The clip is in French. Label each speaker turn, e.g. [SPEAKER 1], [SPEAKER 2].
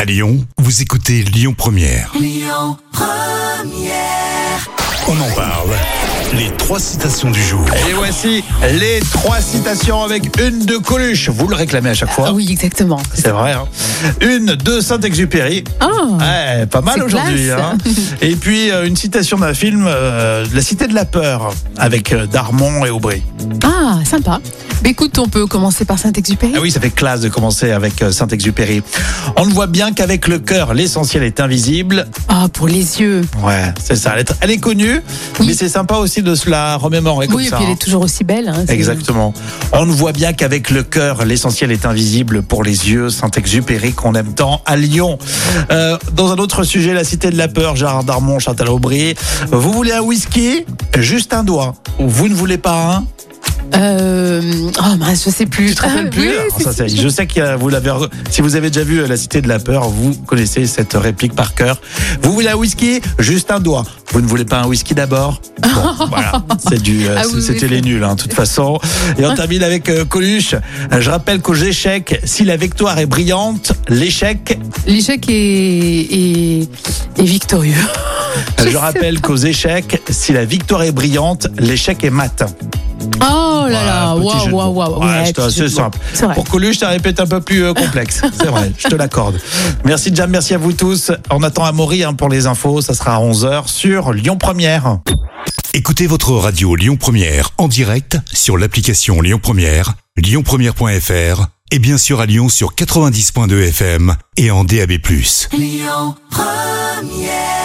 [SPEAKER 1] À Lyon, vous écoutez Lyon Première. On en parle. Les trois citations du jour.
[SPEAKER 2] Et voici les trois citations avec une de Coluche. Vous le réclamez à chaque fois.
[SPEAKER 3] Ah oui, exactement.
[SPEAKER 2] C'est vrai. hein. Une de Saint-Exupéry.
[SPEAKER 3] Ah,
[SPEAKER 2] Ouais, pas mal
[SPEAKER 3] C'est
[SPEAKER 2] aujourd'hui.
[SPEAKER 3] classe.
[SPEAKER 2] hein. Et puis euh, une citation d'un film, euh, La Cité de la Peur, avec euh, Darmon et Aubry.
[SPEAKER 3] ah, sympa. Mais écoute, on peut commencer par Saint-Exupéry.
[SPEAKER 2] Ah oui, ça fait classe de commencer avec euh, Saint-Exupéry. On ne voit bien qu'avec le cœur, l'essentiel est invisible.
[SPEAKER 3] Ah, pour les yeux.
[SPEAKER 2] Ouais, c'est ça. Elle est, elle est connue,
[SPEAKER 3] Oui.
[SPEAKER 2] mais c'est sympa aussi de se la remémorer comme
[SPEAKER 3] oui, et
[SPEAKER 2] ça.
[SPEAKER 3] puis elle
[SPEAKER 2] hein.
[SPEAKER 3] est toujours aussi belle. hein, c'est-
[SPEAKER 2] Exactement. On ne voit bien qu'avec le cœur, l'essentiel est invisible pour les yeux. Saint-Exupéry qu'on aime tant à Lyon. Euh, dans un autre sujet, la cité de la peur, Gérard Darmon, Chantal Aubry. Vous voulez un whisky Juste un doigt. Vous ne voulez pas un
[SPEAKER 3] Euh, oh mince, je sais plus.
[SPEAKER 2] Tu te rappelles
[SPEAKER 3] Ah,
[SPEAKER 2] plus
[SPEAKER 3] oui,
[SPEAKER 2] Alors
[SPEAKER 3] si,
[SPEAKER 2] ça,
[SPEAKER 3] si,
[SPEAKER 2] c'est-
[SPEAKER 3] je-
[SPEAKER 2] Je sais que euh, vous l'avez. re- Si vous avez déjà vu euh, la cité de la peur, vous connaissez cette réplique par cœur. Vous voulez un whisky Juste un doigt. Vous ne voulez pas un whisky d'abord Bon, Voilà, c'est du. euh,
[SPEAKER 3] Ah
[SPEAKER 2] c'est-
[SPEAKER 3] oui, oui,
[SPEAKER 2] C'était
[SPEAKER 3] oui.
[SPEAKER 2] les nuls, hein, de toute façon. Et on termine avec euh, Coluche. Euh, Je rappelle qu'aux échecs, si la victoire est brillante, l'échec.
[SPEAKER 3] L'échec est, est, est victorieux.
[SPEAKER 2] euh,
[SPEAKER 3] Je
[SPEAKER 2] Je
[SPEAKER 3] sais
[SPEAKER 2] rappelle qu'aux échecs, si la victoire est brillante, l'échec est mat.
[SPEAKER 3] Oh là là,
[SPEAKER 2] Voilà, petit jeu
[SPEAKER 3] waouh, waouh,
[SPEAKER 2] de mots.
[SPEAKER 3] waouh.
[SPEAKER 2] Ouais,
[SPEAKER 3] ouais,
[SPEAKER 2] c'est
[SPEAKER 3] petit
[SPEAKER 2] assez
[SPEAKER 3] jeu de mots.
[SPEAKER 2] simple.
[SPEAKER 3] C'est vrai.
[SPEAKER 2] Pour Coluche, ça répète un peu plus euh, complexe. C'est vrai, je te l'accorde. Merci Jam, merci à vous tous. On attend Amaury hein, pour les infos. Ça sera à 11h sur Lyon Première.
[SPEAKER 1] Écoutez votre radio Lyon Première en direct sur l'application Lyon Première, lyonpremière.fr et bien sûr à Lyon sur 90.2 FM et en DAB+.
[SPEAKER 4] Lyon Première